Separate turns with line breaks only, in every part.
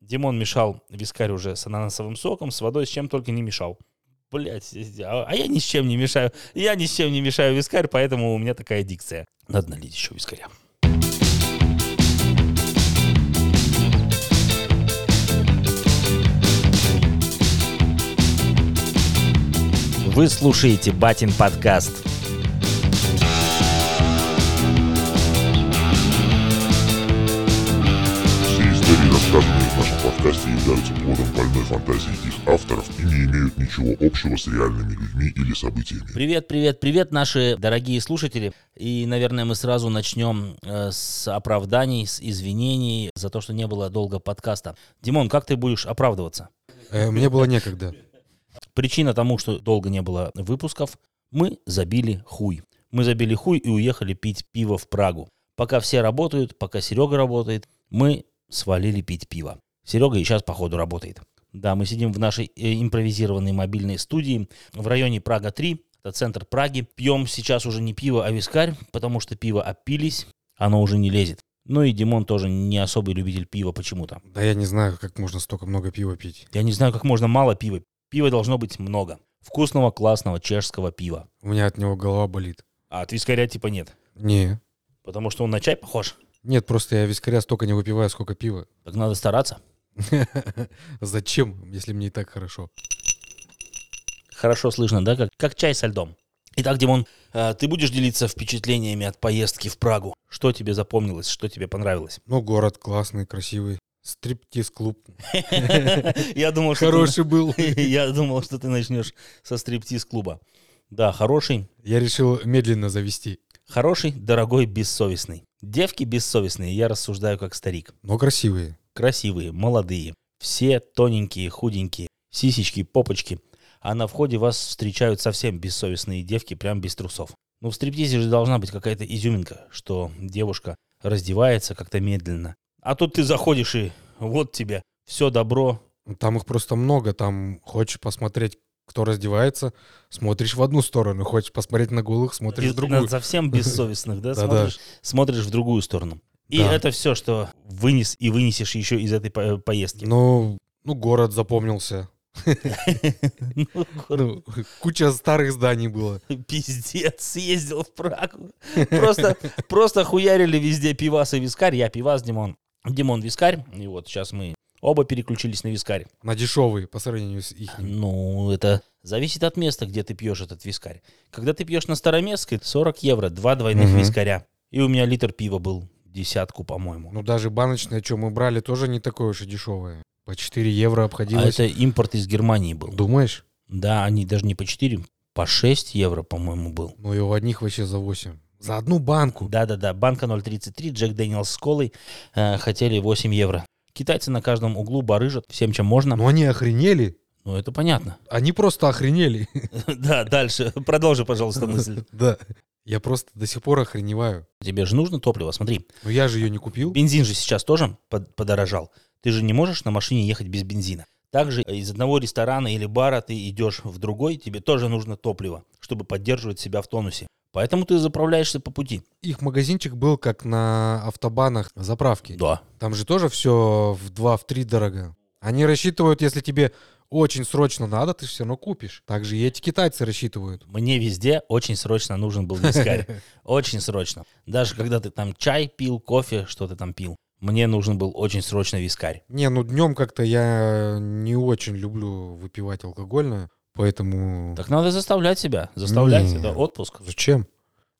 Димон мешал вискарь уже с ананасовым соком, с водой, с чем только не мешал. Блять, а а я ни с чем не мешаю. Я ни с чем не мешаю вискарь, поэтому у меня такая дикция. Надо налить еще вискаря. Вы слушаете Батин подкаст.
Все истории, рассказанные в нашем подкасте, являются плодом больной фантазии их авторов и не имеют ничего общего с реальными людьми или событиями.
Привет, привет, привет, наши дорогие слушатели. И, наверное, мы сразу начнем э, с оправданий, с извинений за то, что не было долго подкаста. Димон, как ты будешь оправдываться?
Э, Мне было некогда.
Причина тому, что долго не было выпусков, мы забили хуй. Мы забили хуй и уехали пить пиво в Прагу. Пока все работают, пока Серега работает, мы свалили пить пиво. Серега и сейчас, походу, работает. Да, мы сидим в нашей э, импровизированной мобильной студии в районе Прага-3, это центр Праги. Пьем сейчас уже не пиво, а вискарь, потому что пиво опились, оно уже не лезет. Ну и Димон тоже не особый любитель пива почему-то.
Да я не знаю, как можно столько много пива пить.
Я не знаю, как можно мало пива. Пива должно быть много. Вкусного, классного чешского пива.
У меня от него голова болит.
А от вискаря типа нет.
Не.
Потому что он на чай похож.
Нет, просто я вискаря столько не выпиваю, сколько пива.
Так надо стараться.
Зачем, если мне и так хорошо?
Хорошо слышно, да? Как, как чай со льдом. Итак, Димон, э, ты будешь делиться впечатлениями от поездки в Прагу? Что тебе запомнилось? Что тебе понравилось?
Ну, город классный, красивый. Стриптиз-клуб.
Я думал, что ты-
Хороший был.
Я думал, что ты начнешь со стриптиз-клуба. Да, хороший.
Я решил медленно завести.
Хороший, дорогой, бессовестный. Девки бессовестные, я рассуждаю как старик.
Но красивые.
красивые, молодые, все тоненькие, худенькие, сисечки, попочки. А на входе вас встречают совсем бессовестные девки, прям без трусов. Ну, в стриптизе же должна быть какая-то изюминка, что девушка раздевается как-то медленно. А тут ты заходишь и вот тебе все добро.
Ну, Там их просто много. Там хочешь посмотреть, кто раздевается, смотришь в одну сторону. Хочешь посмотреть на голых, смотришь
Ты
в другую.
на совсем бессовестных, да,
Да-да.
смотришь, смотришь в другую сторону. И
Да.
это все, что вынес и вынесешь еще из этой по- поездки.
Ну, ну, город запомнился.
Ну,
Ну, куча старых зданий было.
Пиздец, съездил в Прагу. Просто, просто хуярили везде пивас и вискарь. Я пивас, Димон. Димон вискарь. И вот сейчас мы оба переключились на вискарь.
На дешевые по сравнению с их.
Ну, это зависит от места, где ты пьешь этот вискарь. Когда ты пьешь на Староместской, 40 евро, два двойных
Мгм.
вискаря. И у меня литр пива был, десятку, по-моему.
Ну, даже баночное, что мы брали, тоже не такое уж и дешевое. По 4 евро
а
обходилось.
это импорт из Германии был.
Думаешь?
Да, они даже не по 4, по 6 евро, по-моему, был.
Ну, и у одних вообще за 8. За одну банку.
Да-да-да, банка 0.33, Джек Дэниелс с колой э, хотели 8 евро. Китайцы на каждом углу барыжат всем, чем можно.
Но они охренели.
Ну, это понятно.
Они просто охренели.
Да, дальше. Продолжи, пожалуйста, мысль.
Да. Я просто до сих пор охреневаю.
Тебе же нужно топливо, смотри.
Но я же ее не купил.
Бензин же сейчас тоже под- подорожал. Ты же не можешь на машине ехать без бензина. Также из одного ресторана или бара ты идешь в другой, тебе тоже нужно топливо, чтобы поддерживать себя в тонусе. Поэтому ты заправляешься по пути.
Их магазинчик был как на автобанах заправки.
Да.
Там же тоже все в 2 в 3 дорого. Они рассчитывают, если тебе очень срочно надо, ты все равно купишь. Так же и эти китайцы рассчитывают.
Мне везде очень срочно нужен был вискарь. Очень срочно. Даже когда ты там чай пил, кофе, что ты там пил. Мне нужен был очень срочно вискарь.
Не, ну днем как-то я не очень люблю выпивать алкогольное, поэтому
Так надо заставлять себя. Заставлять.
Не.
Это отпуск.
зачем?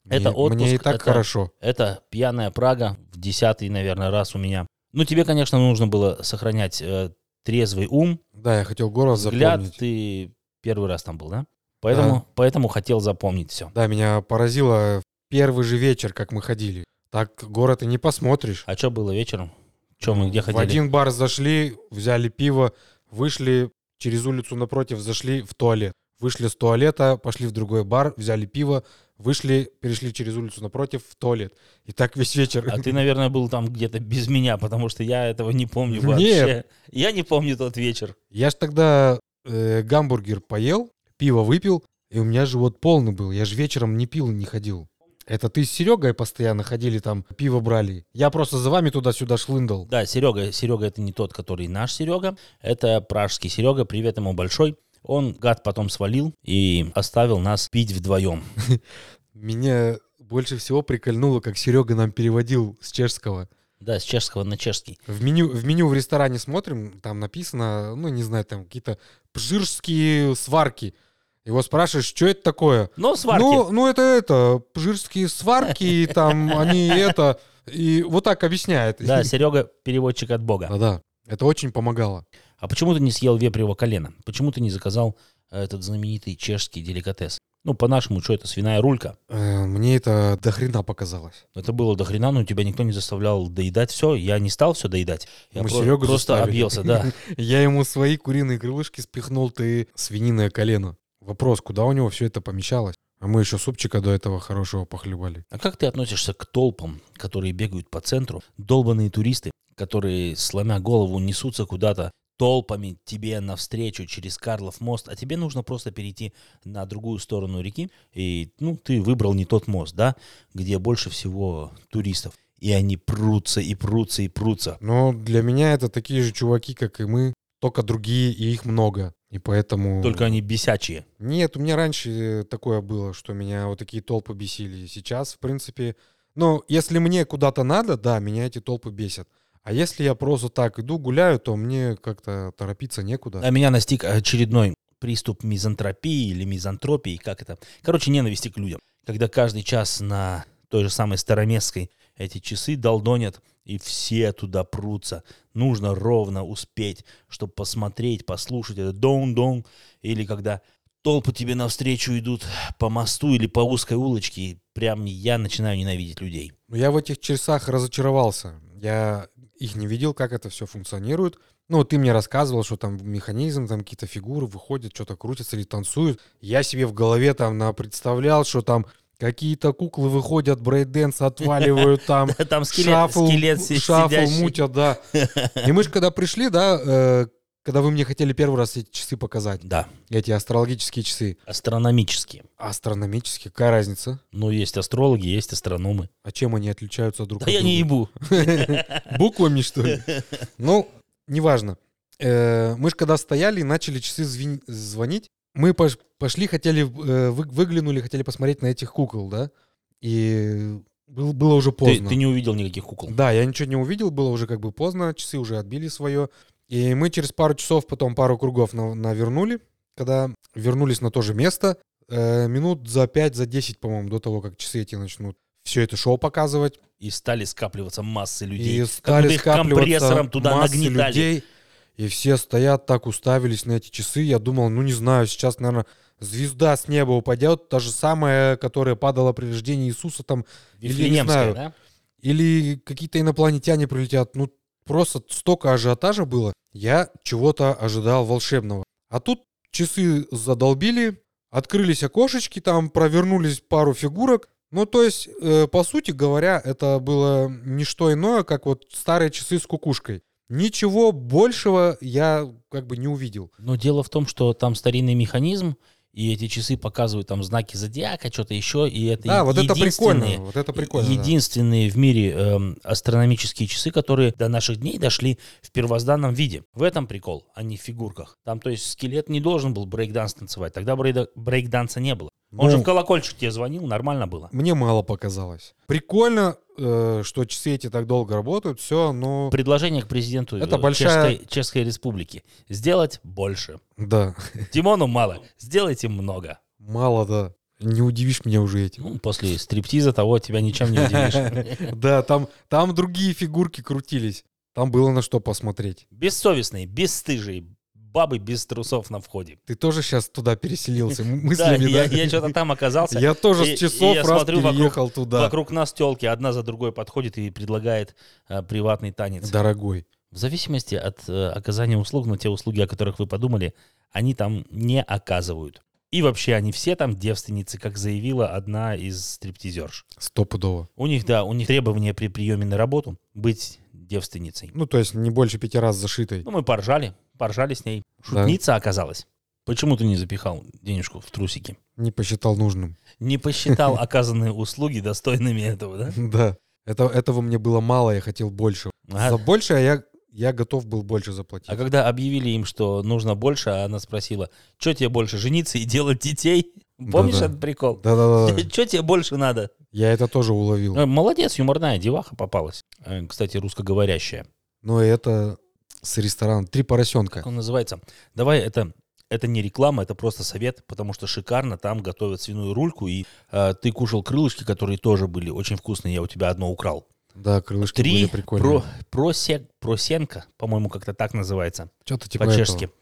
Это
мне,
отпуск,
Мне и так
это-
хорошо.
Это пьяная Прага в десятый, наверное, раз у меня. Ну, тебе, конечно, нужно было сохранять э, трезвый ум,
Да, я хотел голос
взгляд.
запомнить.
Ты первый раз там был, да? Поэтому, поэтому хотел запомнить все.
Да, меня поразило первый же вечер, как мы ходили. Так город и не посмотришь.
А что было вечером? Че мы где
в
ходили?
один бар зашли, взяли пиво, вышли через улицу напротив, зашли в туалет. Вышли с туалета, пошли в другой бар, взяли пиво, вышли, перешли через улицу напротив в туалет. И так весь вечер.
А ты, наверное, был там где-то без меня, потому что я этого не помню вообще.
Нет.
Я не помню тот вечер.
Я ж тогда э, гамбургер поел, пиво выпил, и у меня живот полный был. Я же вечером не пил, не ходил. Это ты с Серегой постоянно ходили там, пиво брали. Я просто за вами туда-сюда шлындал.
Да, Серега, Серега это не тот, который наш Серега. Это пражский Серега, привет ему большой. Он, гад, потом свалил и оставил нас пить вдвоем.
Меня больше всего прикольнуло, как Серега нам переводил с чешского.
Да, с чешского на чешский.
В меню, в меню в ресторане смотрим, там написано, ну, не знаю, там какие-то пжирские сварки. Его спрашиваешь, что это такое?
Но сварки.
Ну, ну это это, пжирские сварки, и там они это, и вот так объясняет.
Да, Серега переводчик от
да,
Бога.
да. Это очень помогало.
А почему ты не съел вепрево колено? Почему ты не заказал э, этот знаменитый чешский деликатес? Ну, по-нашему, что это, свиная рулька?
Э, Мне это до хрена показалось.
Это было до хрена, но тебя никто не заставлял доедать все. Я не стал все доедать. Я
Мы
про-
Серегу
просто
заставили.
объелся, да.
Я ему свои куриные крылышки спихнул, ты свининое колено. Вопрос, куда у него все это помещалось? А мы еще супчика до этого хорошего похлебали.
А как ты относишься к толпам, которые бегают по центру? Долбанные туристы, которые, сломя голову, несутся куда-то толпами тебе навстречу через Карлов мост, а тебе нужно просто перейти на другую сторону реки, и, ну, ты выбрал не тот мост, да, где больше всего туристов. И они прутся, и прутся, и прутся.
Но для меня это такие же чуваки, как и мы, только другие, и их много. И поэтому...
Только они бесячие.
Нет, у меня раньше такое было, что меня вот такие толпы бесили. Сейчас, в принципе, ну, если мне куда-то надо, да, меня эти толпы бесят. А если я просто так иду, гуляю, то мне как-то торопиться некуда.
А меня настиг очередной приступ мизантропии или мизантропии, как это? Короче, ненависти к людям. Когда каждый час на той же самой Староместской эти часы долдонят, и все туда прутся. Нужно ровно успеть, чтобы посмотреть, послушать это дон-дон. Или когда толпы тебе навстречу идут по мосту или по узкой улочке, и прям я начинаю ненавидеть людей.
Но я в этих часах разочаровался. Я их не видел, как это все функционирует. Ну, ты мне рассказывал, что там механизм, там какие-то фигуры выходят, что-то крутятся или танцуют. Я себе в голове там напредставлял, что там какие-то куклы выходят, брейденс отваливают там.
Там скелет,
шафл,
скелет си-
шафл
сидящий.
мутят, да. И мы же когда пришли, да, э, когда вы мне хотели первый раз эти часы показать,
Да,
эти астрологические часы,
астрономические.
астрономические, какая разница?
Но есть астрологи, есть астрономы.
А чем они отличаются друг
Да
от
я не
друга?
ебу.
Буквами, что ли? Ну, неважно. Э, Мы же когда стояли и начали часы звен- звонить, мы пош- пошли, хотели, э, вы- выглянули, хотели посмотреть на этих кукол, да? И э, был- было уже
Ты,
поздно.
ты не увидел никаких кукол.
Да, я ничего не увидел, было уже как бы поздно, часы уже отбили свое. И мы через пару часов потом пару кругов на- навернули. Когда вернулись на то же место, э, минут за 5, за 10, по-моему, до того, как часы эти начнут все это шоу показывать.
И стали скапливаться массы людей.
И
Как будто
стали
их компрессором
скапливаться
туда
массы
нагнетали.
людей. И все стоят так, уставились на эти часы. Я думал, ну не знаю, сейчас, наверное, звезда с неба упадет. Та же самая, которая падала при рождении Иисуса там Или, не
Вифлеемская,
знаю,
да?
или какие-то инопланетяне прилетят. Ну, просто столько ажиотажа было. Я чего-то ожидал волшебного. А тут часы задолбили, открылись окошечки, там провернулись пару фигурок. Ну, то есть, э, по сути говоря, это было не что иное, как вот старые часы с кукушкой. Ничего большего я как бы не увидел.
Но дело в том, что там старинный механизм, и эти часы показывают там знаки зодиака, что-то еще, и это
да,
е-
вот это прикольно.
единственные-
Вот это прикольно. да.
Единственные в мире эм, астрономические часы, которые до наших дней дошли в первозданном виде. В этом прикол, а не в фигурках. Там, то есть, скелет не должен был брейкданс танцевать. Тогда брейда- брейкданса не было. Он
Ну,
же в колокольчик тебе звонил, нормально было.
Мне мало показалось. Прикольно, э, что часы эти так долго работают, все, но...
Предложение к президенту
Это
э,
большая-
Чешской, Чешской Республики. Сделать больше.
Да.
Тимону мало, сделайте много.
Мало, да. Не удивишь меня уже этим.
Ну, после стриптиза того тебя ничем не удивишь.
Да, там, там другие фигурки крутились. Там было на что посмотреть.
Бессовестные, бесстыжие, бабы без трусов на входе.
Ты тоже сейчас туда переселился м-
Да,
мыслями,
я,
да?
я что-то там оказался.
Я тоже
и-
с часов
и я
раз
смотрю вокруг-
переехал туда.
Вокруг нас телки одна за другой подходит и предлагает э, приватный танец.
Дорогой.
В зависимости от э, оказания услуг, но те услуги, о которых вы подумали, они там не оказывают. И вообще они все там девственницы, как заявила одна из стриптизерш.
Стопудово.
У них, да, у них требования при приеме на работу быть девственницей.
Ну, то есть не больше пяти раз зашитой.
Ну, мы поржали, поржали с ней. Шутница оказалась. Почему ты не запихал денежку в трусики?
Не посчитал нужным.
Не посчитал оказанные услуги достойными этого, да?
Да. Это, этого мне было мало, я хотел больше.
А-
За больше я, я готов был больше заплатить.
А когда объявили им, что нужно больше, а она спросила, что тебе больше, жениться и делать детей? Помнишь
Да-да.
этот прикол?
Да-да-да.
Что тебе больше надо?
Я это тоже уловил.
Э, Молодец, юморная деваха попалась. Э, Кстати, русскоговорящая.
Но это с ресторана «Три поросенка».
Как он называется? Давай это... Это не реклама, это просто совет, потому что шикарно там готовят свиную рульку, и э, ты кушал крылышки, которые тоже были очень вкусные, я у тебя одно украл.
Да, крылышки
Три
были прикольные.
про, просек, просенка, по-моему, как-то так называется,
Что-то типа
по-чешски.
этого.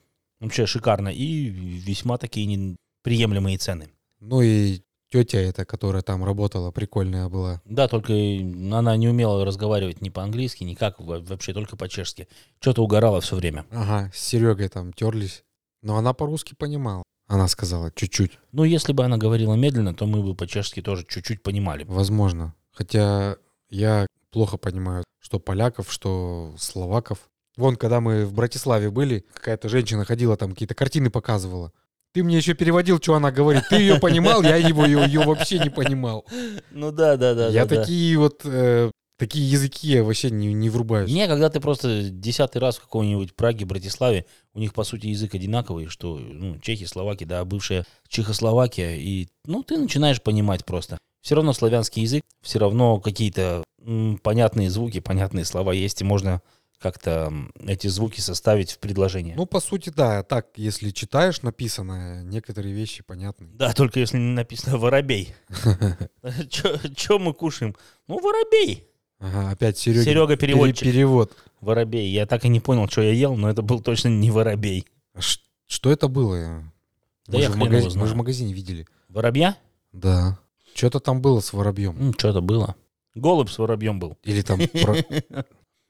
Вообще шикарно, и весьма такие не- приемлемые цены.
Ну и тетя эта, которая там работала, прикольная была.
Да, только она не умела разговаривать ни по-английски, никак, во- вообще только по-чешски. Что-то угорала все время.
Ага, с Серегой там терлись. Но она по-русски понимала. Она сказала, чуть-чуть,
Ну, если бы она говорила медленно, то мы бы по-чешски тоже чуть-чуть понимали.
возможно. Хотя я плохо понимаю, что поляков, что словаков. Вон, когда мы в Братиславе были, какая-то женщина ходила, там какие-то картины показывала. Ты мне еще переводил, что она говорит. Ты ее понимал, я его, ее, ее вообще не понимал.
Ну да, да, да.
я
да, да.
такие вот, э, такие языки я вообще не, не врубаюсь.
Не, когда ты просто десятый раз в каком-нибудь Праге, Братиславе, у них, по сути, язык одинаковый, что ну, чехи, словаки, да, бывшая Чехословакия, и, ну, ты начинаешь понимать просто. Все равно славянский язык, все равно какие-то м, понятные звуки, понятные слова есть, и можно как-то м, эти звуки составить в предложение.
Ну, по сути, да, так, если читаешь написанное, некоторые вещи понятны.
Да, только если не написано «воробей». Че мы кушаем? Ну, воробей.
Ага, опять Серега.
Серега переводчик.
Перевод.
Воробей. Я так и не понял, что я ел, но это был точно не воробей.
А ш- Что это было?
Да
мы,
я
же в
хрен его
магазине, мы
знаю.
же в магазине видели.
Воробья?
Да. Что-то там было с воробьем.
Ну, Что-то было. Голубь с воробьем был.
Или там... про-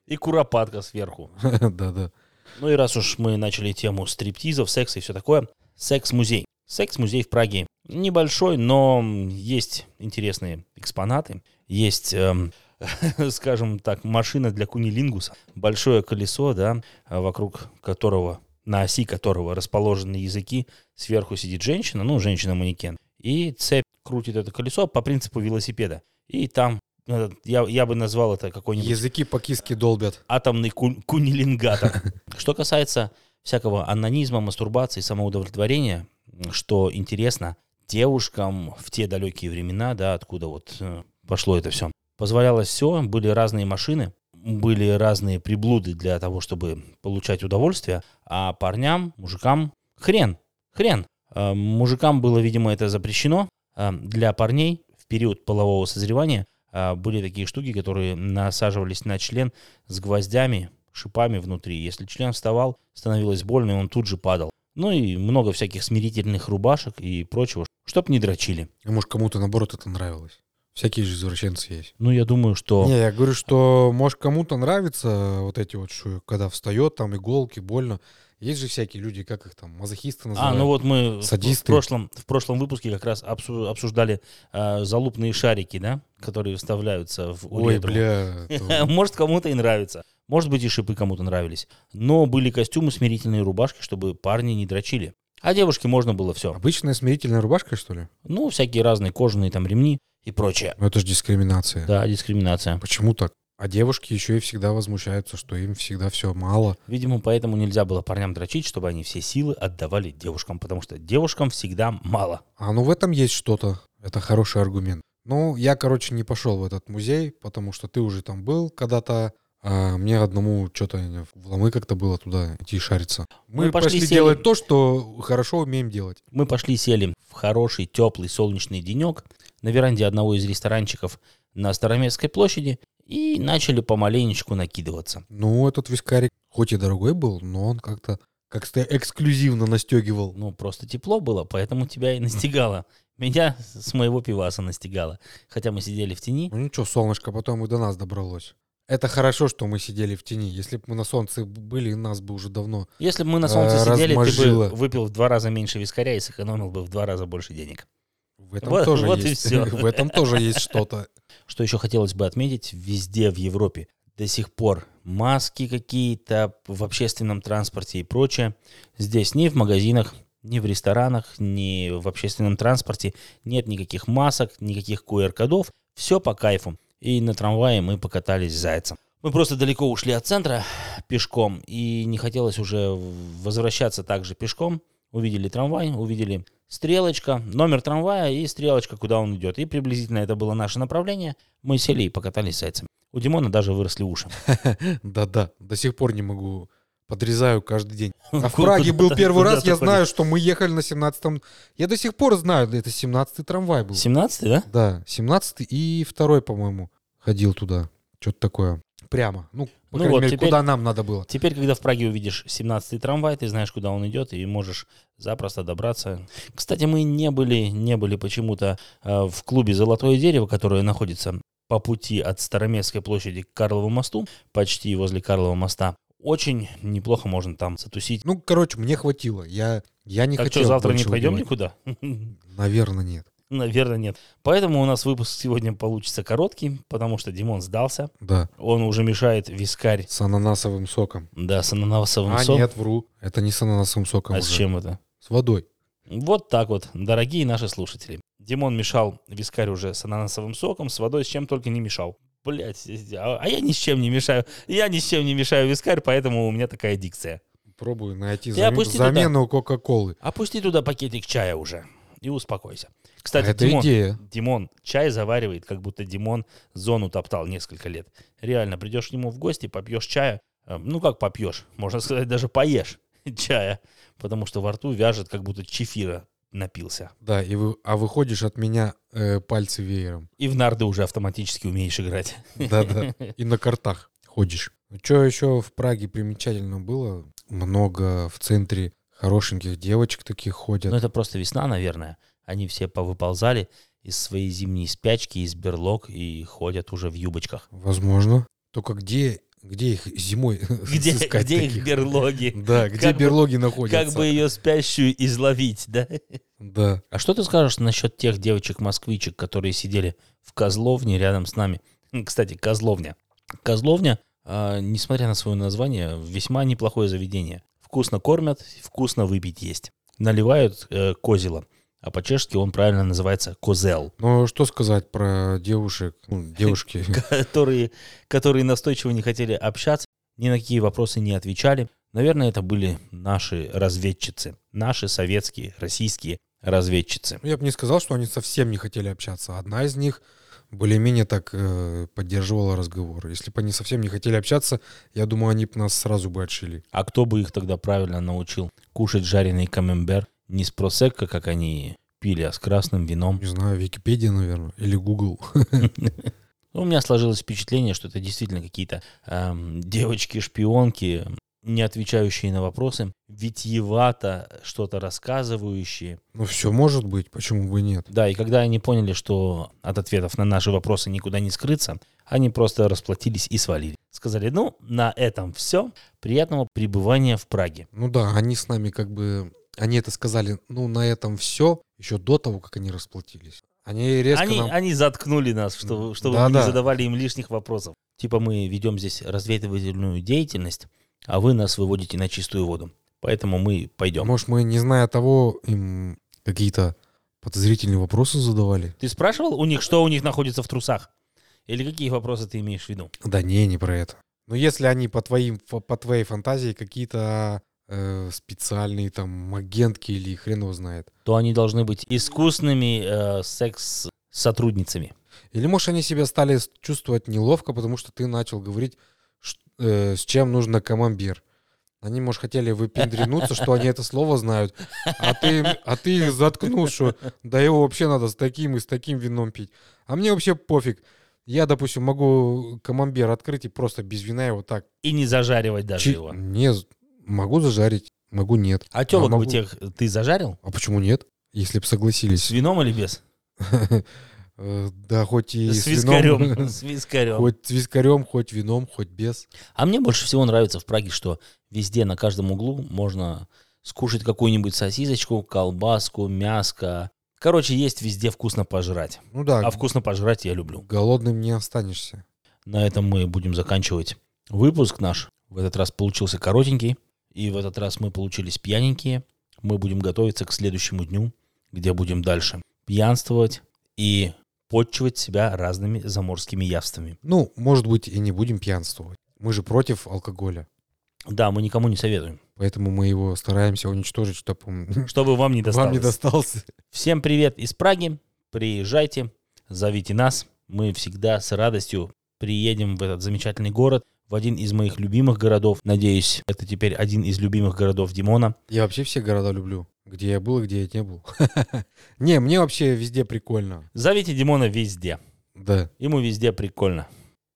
И куропатка сверху.
Да-да.
Ну и раз уж мы начали тему стриптизов, секса и все такое, секс-музей. Секс-музей в Праге небольшой, но м, есть интересные экспонаты. Есть, эм, скажем так, машина для кунилингуса, большое колесо, да, а вокруг которого, на оси которого расположены языки, сверху сидит женщина, ну, женщина-манекен, и цепь крутит это колесо по принципу велосипеда. И там, э, я, я бы назвал это какой-нибудь
Языки по киске долбят.
атомный кун- кунилингатор. Что касается всякого анонизма, мастурбации, самоудовлетворения, м, что интересно, девушкам в те далекие времена, да, откуда вот э, пошло это все, позволялось все, были разные машины, были разные приблуды для того, чтобы получать удовольствие, а парням, мужикам хрен, хрен. Э, Мужикам было, видимо, это запрещено. Э, Для парней в период полового созревания э, были такие штуки, которые насаживались на член с гвоздями, шипами внутри. Если член вставал, становилось больно, и он тут же падал. Ну и много всяких смирительных рубашек и прочего, чтоб не дрочили.
А Может, кому-то, наоборот, это нравилось. Всякие же извращенцы есть.
Ну, я думаю, что...
Не, я говорю, что, может, кому-то нравится вот эти вот, что когда встает, там иголки, больно. Есть же всякие люди, как их там, мазохисты
А,
называют.
ну вот мы в- в
Садисты.
прошлом, в прошлом выпуске как раз обсу- обсуждали э, залупные шарики, да, которые вставляются в
Ой,
уретру.
бля. это-
Может, кому-то и нравится. Может быть, и шипы кому-то нравились. Но были костюмы, смирительные рубашки, чтобы парни не дрочили. А девушке можно было все.
Обычная смирительная рубашка, что ли?
Ну, всякие разные кожаные там ремни и прочее.
Ну, это же дискриминация.
Да, дискриминация.
Почему так? А девушки еще и всегда возмущаются, что им всегда все мало.
Видимо, поэтому нельзя было парням дрочить, чтобы они все силы отдавали девушкам, потому что девушкам всегда мало.
А ну в этом есть что-то. Это хороший аргумент. Ну, я, короче, не пошел в этот музей, потому что ты уже там был когда-то. а мне одному что-то в ломы как-то было туда идти шариться. Мы,
Мы Ну, пошли
пошли,
сели.
делать то, что хорошо умеем делать.
Мы пошли сели в хороший, теплый, солнечный денек на веранде одного из ресторанчиков на Староместской площади и начали помаленечку накидываться.
Ну, этот вискарик, хоть и дорогой был, но он как-то как-то эксклюзивно настегивал.
Ну, просто тепло было, поэтому тебя и настигало. Меня с моего пиваса настигало. Хотя мы сидели в тени.
Ну ничего, солнышко потом и до нас добралось. Это хорошо, что мы сидели в тени. Если бы мы на солнце были, нас бы уже давно
Если бы мы на солнце
А,
сидели,
размажило.
ты бы выпил в два раза меньше вискаря и сэкономил бы в два раза больше денег.
В этом
Вот-
тоже
вот и
есть.
всё.
В этом тоже есть что-то.
Что еще хотелось бы отметить, везде в Европе до сих пор маски какие-то в общественном транспорте и прочее. Здесь ни в магазинах, Ни в ресторанах, ни в общественном транспорте нет никаких масок, никаких QR-кодов. Все по кайфу. И на трамвае мы покатались с зайцем. Мы просто далеко ушли от центра пешком, и не хотелось уже возвращаться также пешком. Увидели трамвай, увидели стрелочка, номер трамвая и стрелочка, куда он идет. И приблизительно это было наше направление. Мы сели и покатались с зайцами. У Димона даже выросли уши.
Да-да, до сих пор не могу. Подрезаю каждый день. А в
Куда-
Праге был
куда-
первый
куда
раз,
ты
я
ходил?
знаю, что мы ехали на 17-м. Я до сих пор знаю, это 17-й трамвай был.
17 да?
Да, 17 и второй, по-моему, ходил туда. Что-то такое. Прямо. Ну,
Ну
по крайней
вот
мере,
теперь-
куда нам надо было.
Теперь, когда в Праге увидишь 17-й трамвай, ты знаешь, куда он идет, и можешь запросто добраться. Кстати, мы не были, не были почему-то э, в клубе «Золотое дерево», которое находится по пути от Староместской площади к Карлову мосту, почти возле Карлова моста. Очень неплохо можно там затусить.
Ну, короче, мне хватило. Я, я не
так
хотел
что, завтра не
больше
пойдем
выпивать.
никуда?
Наверное, нет.
Наверное, нет. Поэтому у нас выпуск сегодня получится короткий, потому что Димон сдался.
Да,
Он уже мешает вискарь,
с ананасовым соком.
да, с ананасовым
а,
соком.
нет, вру. Это не с ананасовым соком
а с
уже.
чем это?
С водой.
Вот так вот, дорогие наши слушатели. Димон мешал вискарь уже с ананасовым соком, с водой, с чем только не мешал. Блять, а а я ни с чем не мешаю. Я ни с чем не мешаю вискарь, поэтому у меня такая дикция.
Пробую найти
Ты
зам-
опусти туда.
замену Кока-Колы.
Опусти туда пакетик чая уже и успокойся.
А
Кстати,
Это
Димон,
идея.
Димон чай заваривает, как будто Димон зону топтал несколько лет. Реально, придешь к нему в гости, попьешь чая. э, Ну, как попьешь, можно сказать, даже поешь чая. Потому что во рту вяжет, как будто чефира напился.
Да, и вы, а выходишь от меня э, пальцы веером.
И в нарды уже автоматически умеешь играть.
Да-да. И на картах ходишь. Что еще в Праге примечательно было? Много в центре хорошеньких девочек таких
Ну,
ходят.
это просто весна, наверное. Они все повыползали из своей зимней спячки, из берлог и ходят уже в юбочках.
Возможно. Только где, где их зимой
Где,
сыскать
где
таких?
их берлоги?
Да, где
Как бы-
берлоги находятся.
Как бы ее спящую изловить, да?
Да.
А что ты скажешь насчет тех девочек-москвичек, которые сидели в Козловне рядом с нами? М, Кстати, Козловня. Козловня, а, несмотря на свое название, весьма неплохое заведение. Вкусно кормят, вкусно выпить есть. Наливают э, козела, а по-чешски он правильно называется козел,
Но что сказать про девушек, ну, девушки?
которые, которые настойчиво не хотели общаться, ни на какие вопросы не отвечали. Наверное, это были наши разведчицы, наши советские, российские разведчицы.
Я бы не сказал, что они совсем не хотели общаться. Одна из них более-менее так э, поддерживала разговор. Если бы они совсем не хотели общаться, я думаю, они бы нас сразу бы отшили.
А кто бы их тогда правильно научил кушать жареный камембер не с просекко, как они пили, а с красным вином?
Не знаю, Википедия, наверное, или Google.
Ну, у меня сложилось впечатление, что это действительно какие-то эм, девочки-шпионки, не отвечающие на вопросы, витьевато что-то рассказывающие.
Ну, все может быть, почему бы и нет?
Да, и когда они поняли, что от ответов на наши вопросы никуда не скрыться, они просто расплатились и свалили. Сказали, ну, на этом все. Приятного пребывания в Праге.
Ну да, они с нами как бы... Они это сказали, ну, на этом все, еще до того, как они расплатились. Они резко
Они,
нам...
они заткнули нас, чтобы, чтобы мы не
Да-да.
задавали им лишних вопросов. Типа мы ведем здесь разведывательную деятельность, а вы нас выводите на чистую воду. Поэтому мы пойдем.
А Может, мы, не зная того, им какие-то подозрительные вопросы задавали?
Ты спрашивал у них, что у них находится в трусах? Или какие вопросы ты имеешь в виду?
Да не, не про это. Но если они по, твоим, фо- по твоей фантазии какие-то э, специальные там агентки или хрен его знает.
То они должны быть искусными э, секс-сотрудницами.
Или, может, они себя стали с- чувствовать неловко, потому что ты начал говорить, ш- э, с чем нужно камамбер. Они, может, хотели выпендренуться, что они это слово знают, а ты, им- а ты их заткнул, что да его вообще надо с таким и с таким вином пить. А мне вообще пофиг. Я, допустим, могу камамбер открыть и просто без вина его так...
И не зажаривать даже
чи-
его.
Не, з- могу зажарить, могу нет.
А телок бы
могу.
тех ты зажарил?
А почему нет? Если бы
С
согласились.
вином или без?
Э, Да, хоть и
с
с
вискарем.
вином.
С вискарем.
Хоть с вискарем, хоть вином, хоть без.
А мне больше всего нравится в Праге, что везде на каждом углу можно скушать какую-нибудь сосисочку, колбаску, мяско. Короче, есть везде вкусно пожрать.
Ну да,
А вкусно пожрать я люблю.
голодным не останешься.
На этом мы будем заканчивать выпуск наш. В этот раз получился коротенький. И в этот раз мы получились пьяненькие. мы будем готовиться к следующему дню, где будем дальше пьянствовать и подчивать себя разными заморскими явствами.
Ну, может быть, и не будем пьянствовать. Мы же против алкоголя.
Да, мы никому не советуем,
Поэтому мы его стараемся уничтожить, чтобы он
чтобы вам не
вам
досталось.
не достался.
Всем привет из Праги. Приезжайте, зовите нас. Мы всегда с радостью приедем в этот замечательный город, в один из моих любимых городов. Надеюсь, это теперь один из любимых городов Димона.
Я вообще все города люблю. Где я был и где я не был. Не, мне вообще везде прикольно.
Зовите Димона везде.
Да.
Ему везде прикольно.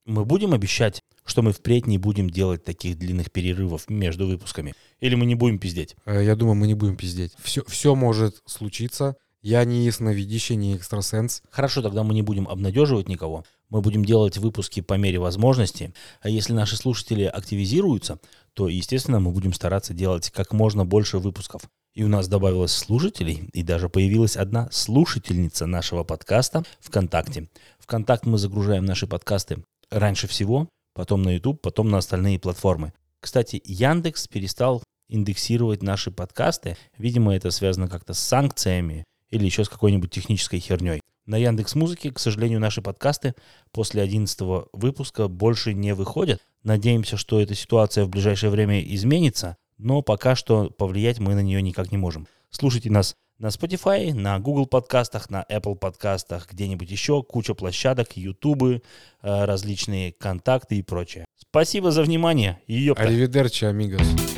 Мы будем обещать, что мы впредь не будем делать таких длинных перерывов между выпусками. Или мы не будем пиздеть.
Э, Я думаю, мы не будем пиздеть. Все, все может случиться. Я не ясновидящий, не экстрасенс.
Хорошо, тогда мы не будем обнадеживать никого. Мы будем делать выпуски по мере возможности. А если наши слушатели активизируются, то, естественно, мы будем стараться делать как можно больше выпусков. И у нас добавилось слушателей, и даже появилась одна слушательница нашего подкаста ВКонтакте. ВКонтакт мы загружаем наши подкасты раньше всего, потом на YouTube, потом на остальные платформы. Кстати, Яндекс перестал индексировать наши подкасты. Видимо, это связано как-то с санкциями или еще с какой-нибудь технической херней. На Яндекс Музыке, к сожалению, наши подкасты после 11 выпуска больше не выходят. Надеемся, что эта ситуация в ближайшее время изменится, но пока что повлиять мы на нее никак не можем. Слушайте нас на Spotify, на Google подкастах, на Apple подкастах, где-нибудь еще, куча площадок, ютубы, э, различные контакты и прочее. Спасибо за внимание. Ёпта.
Аривидерчи, амигос.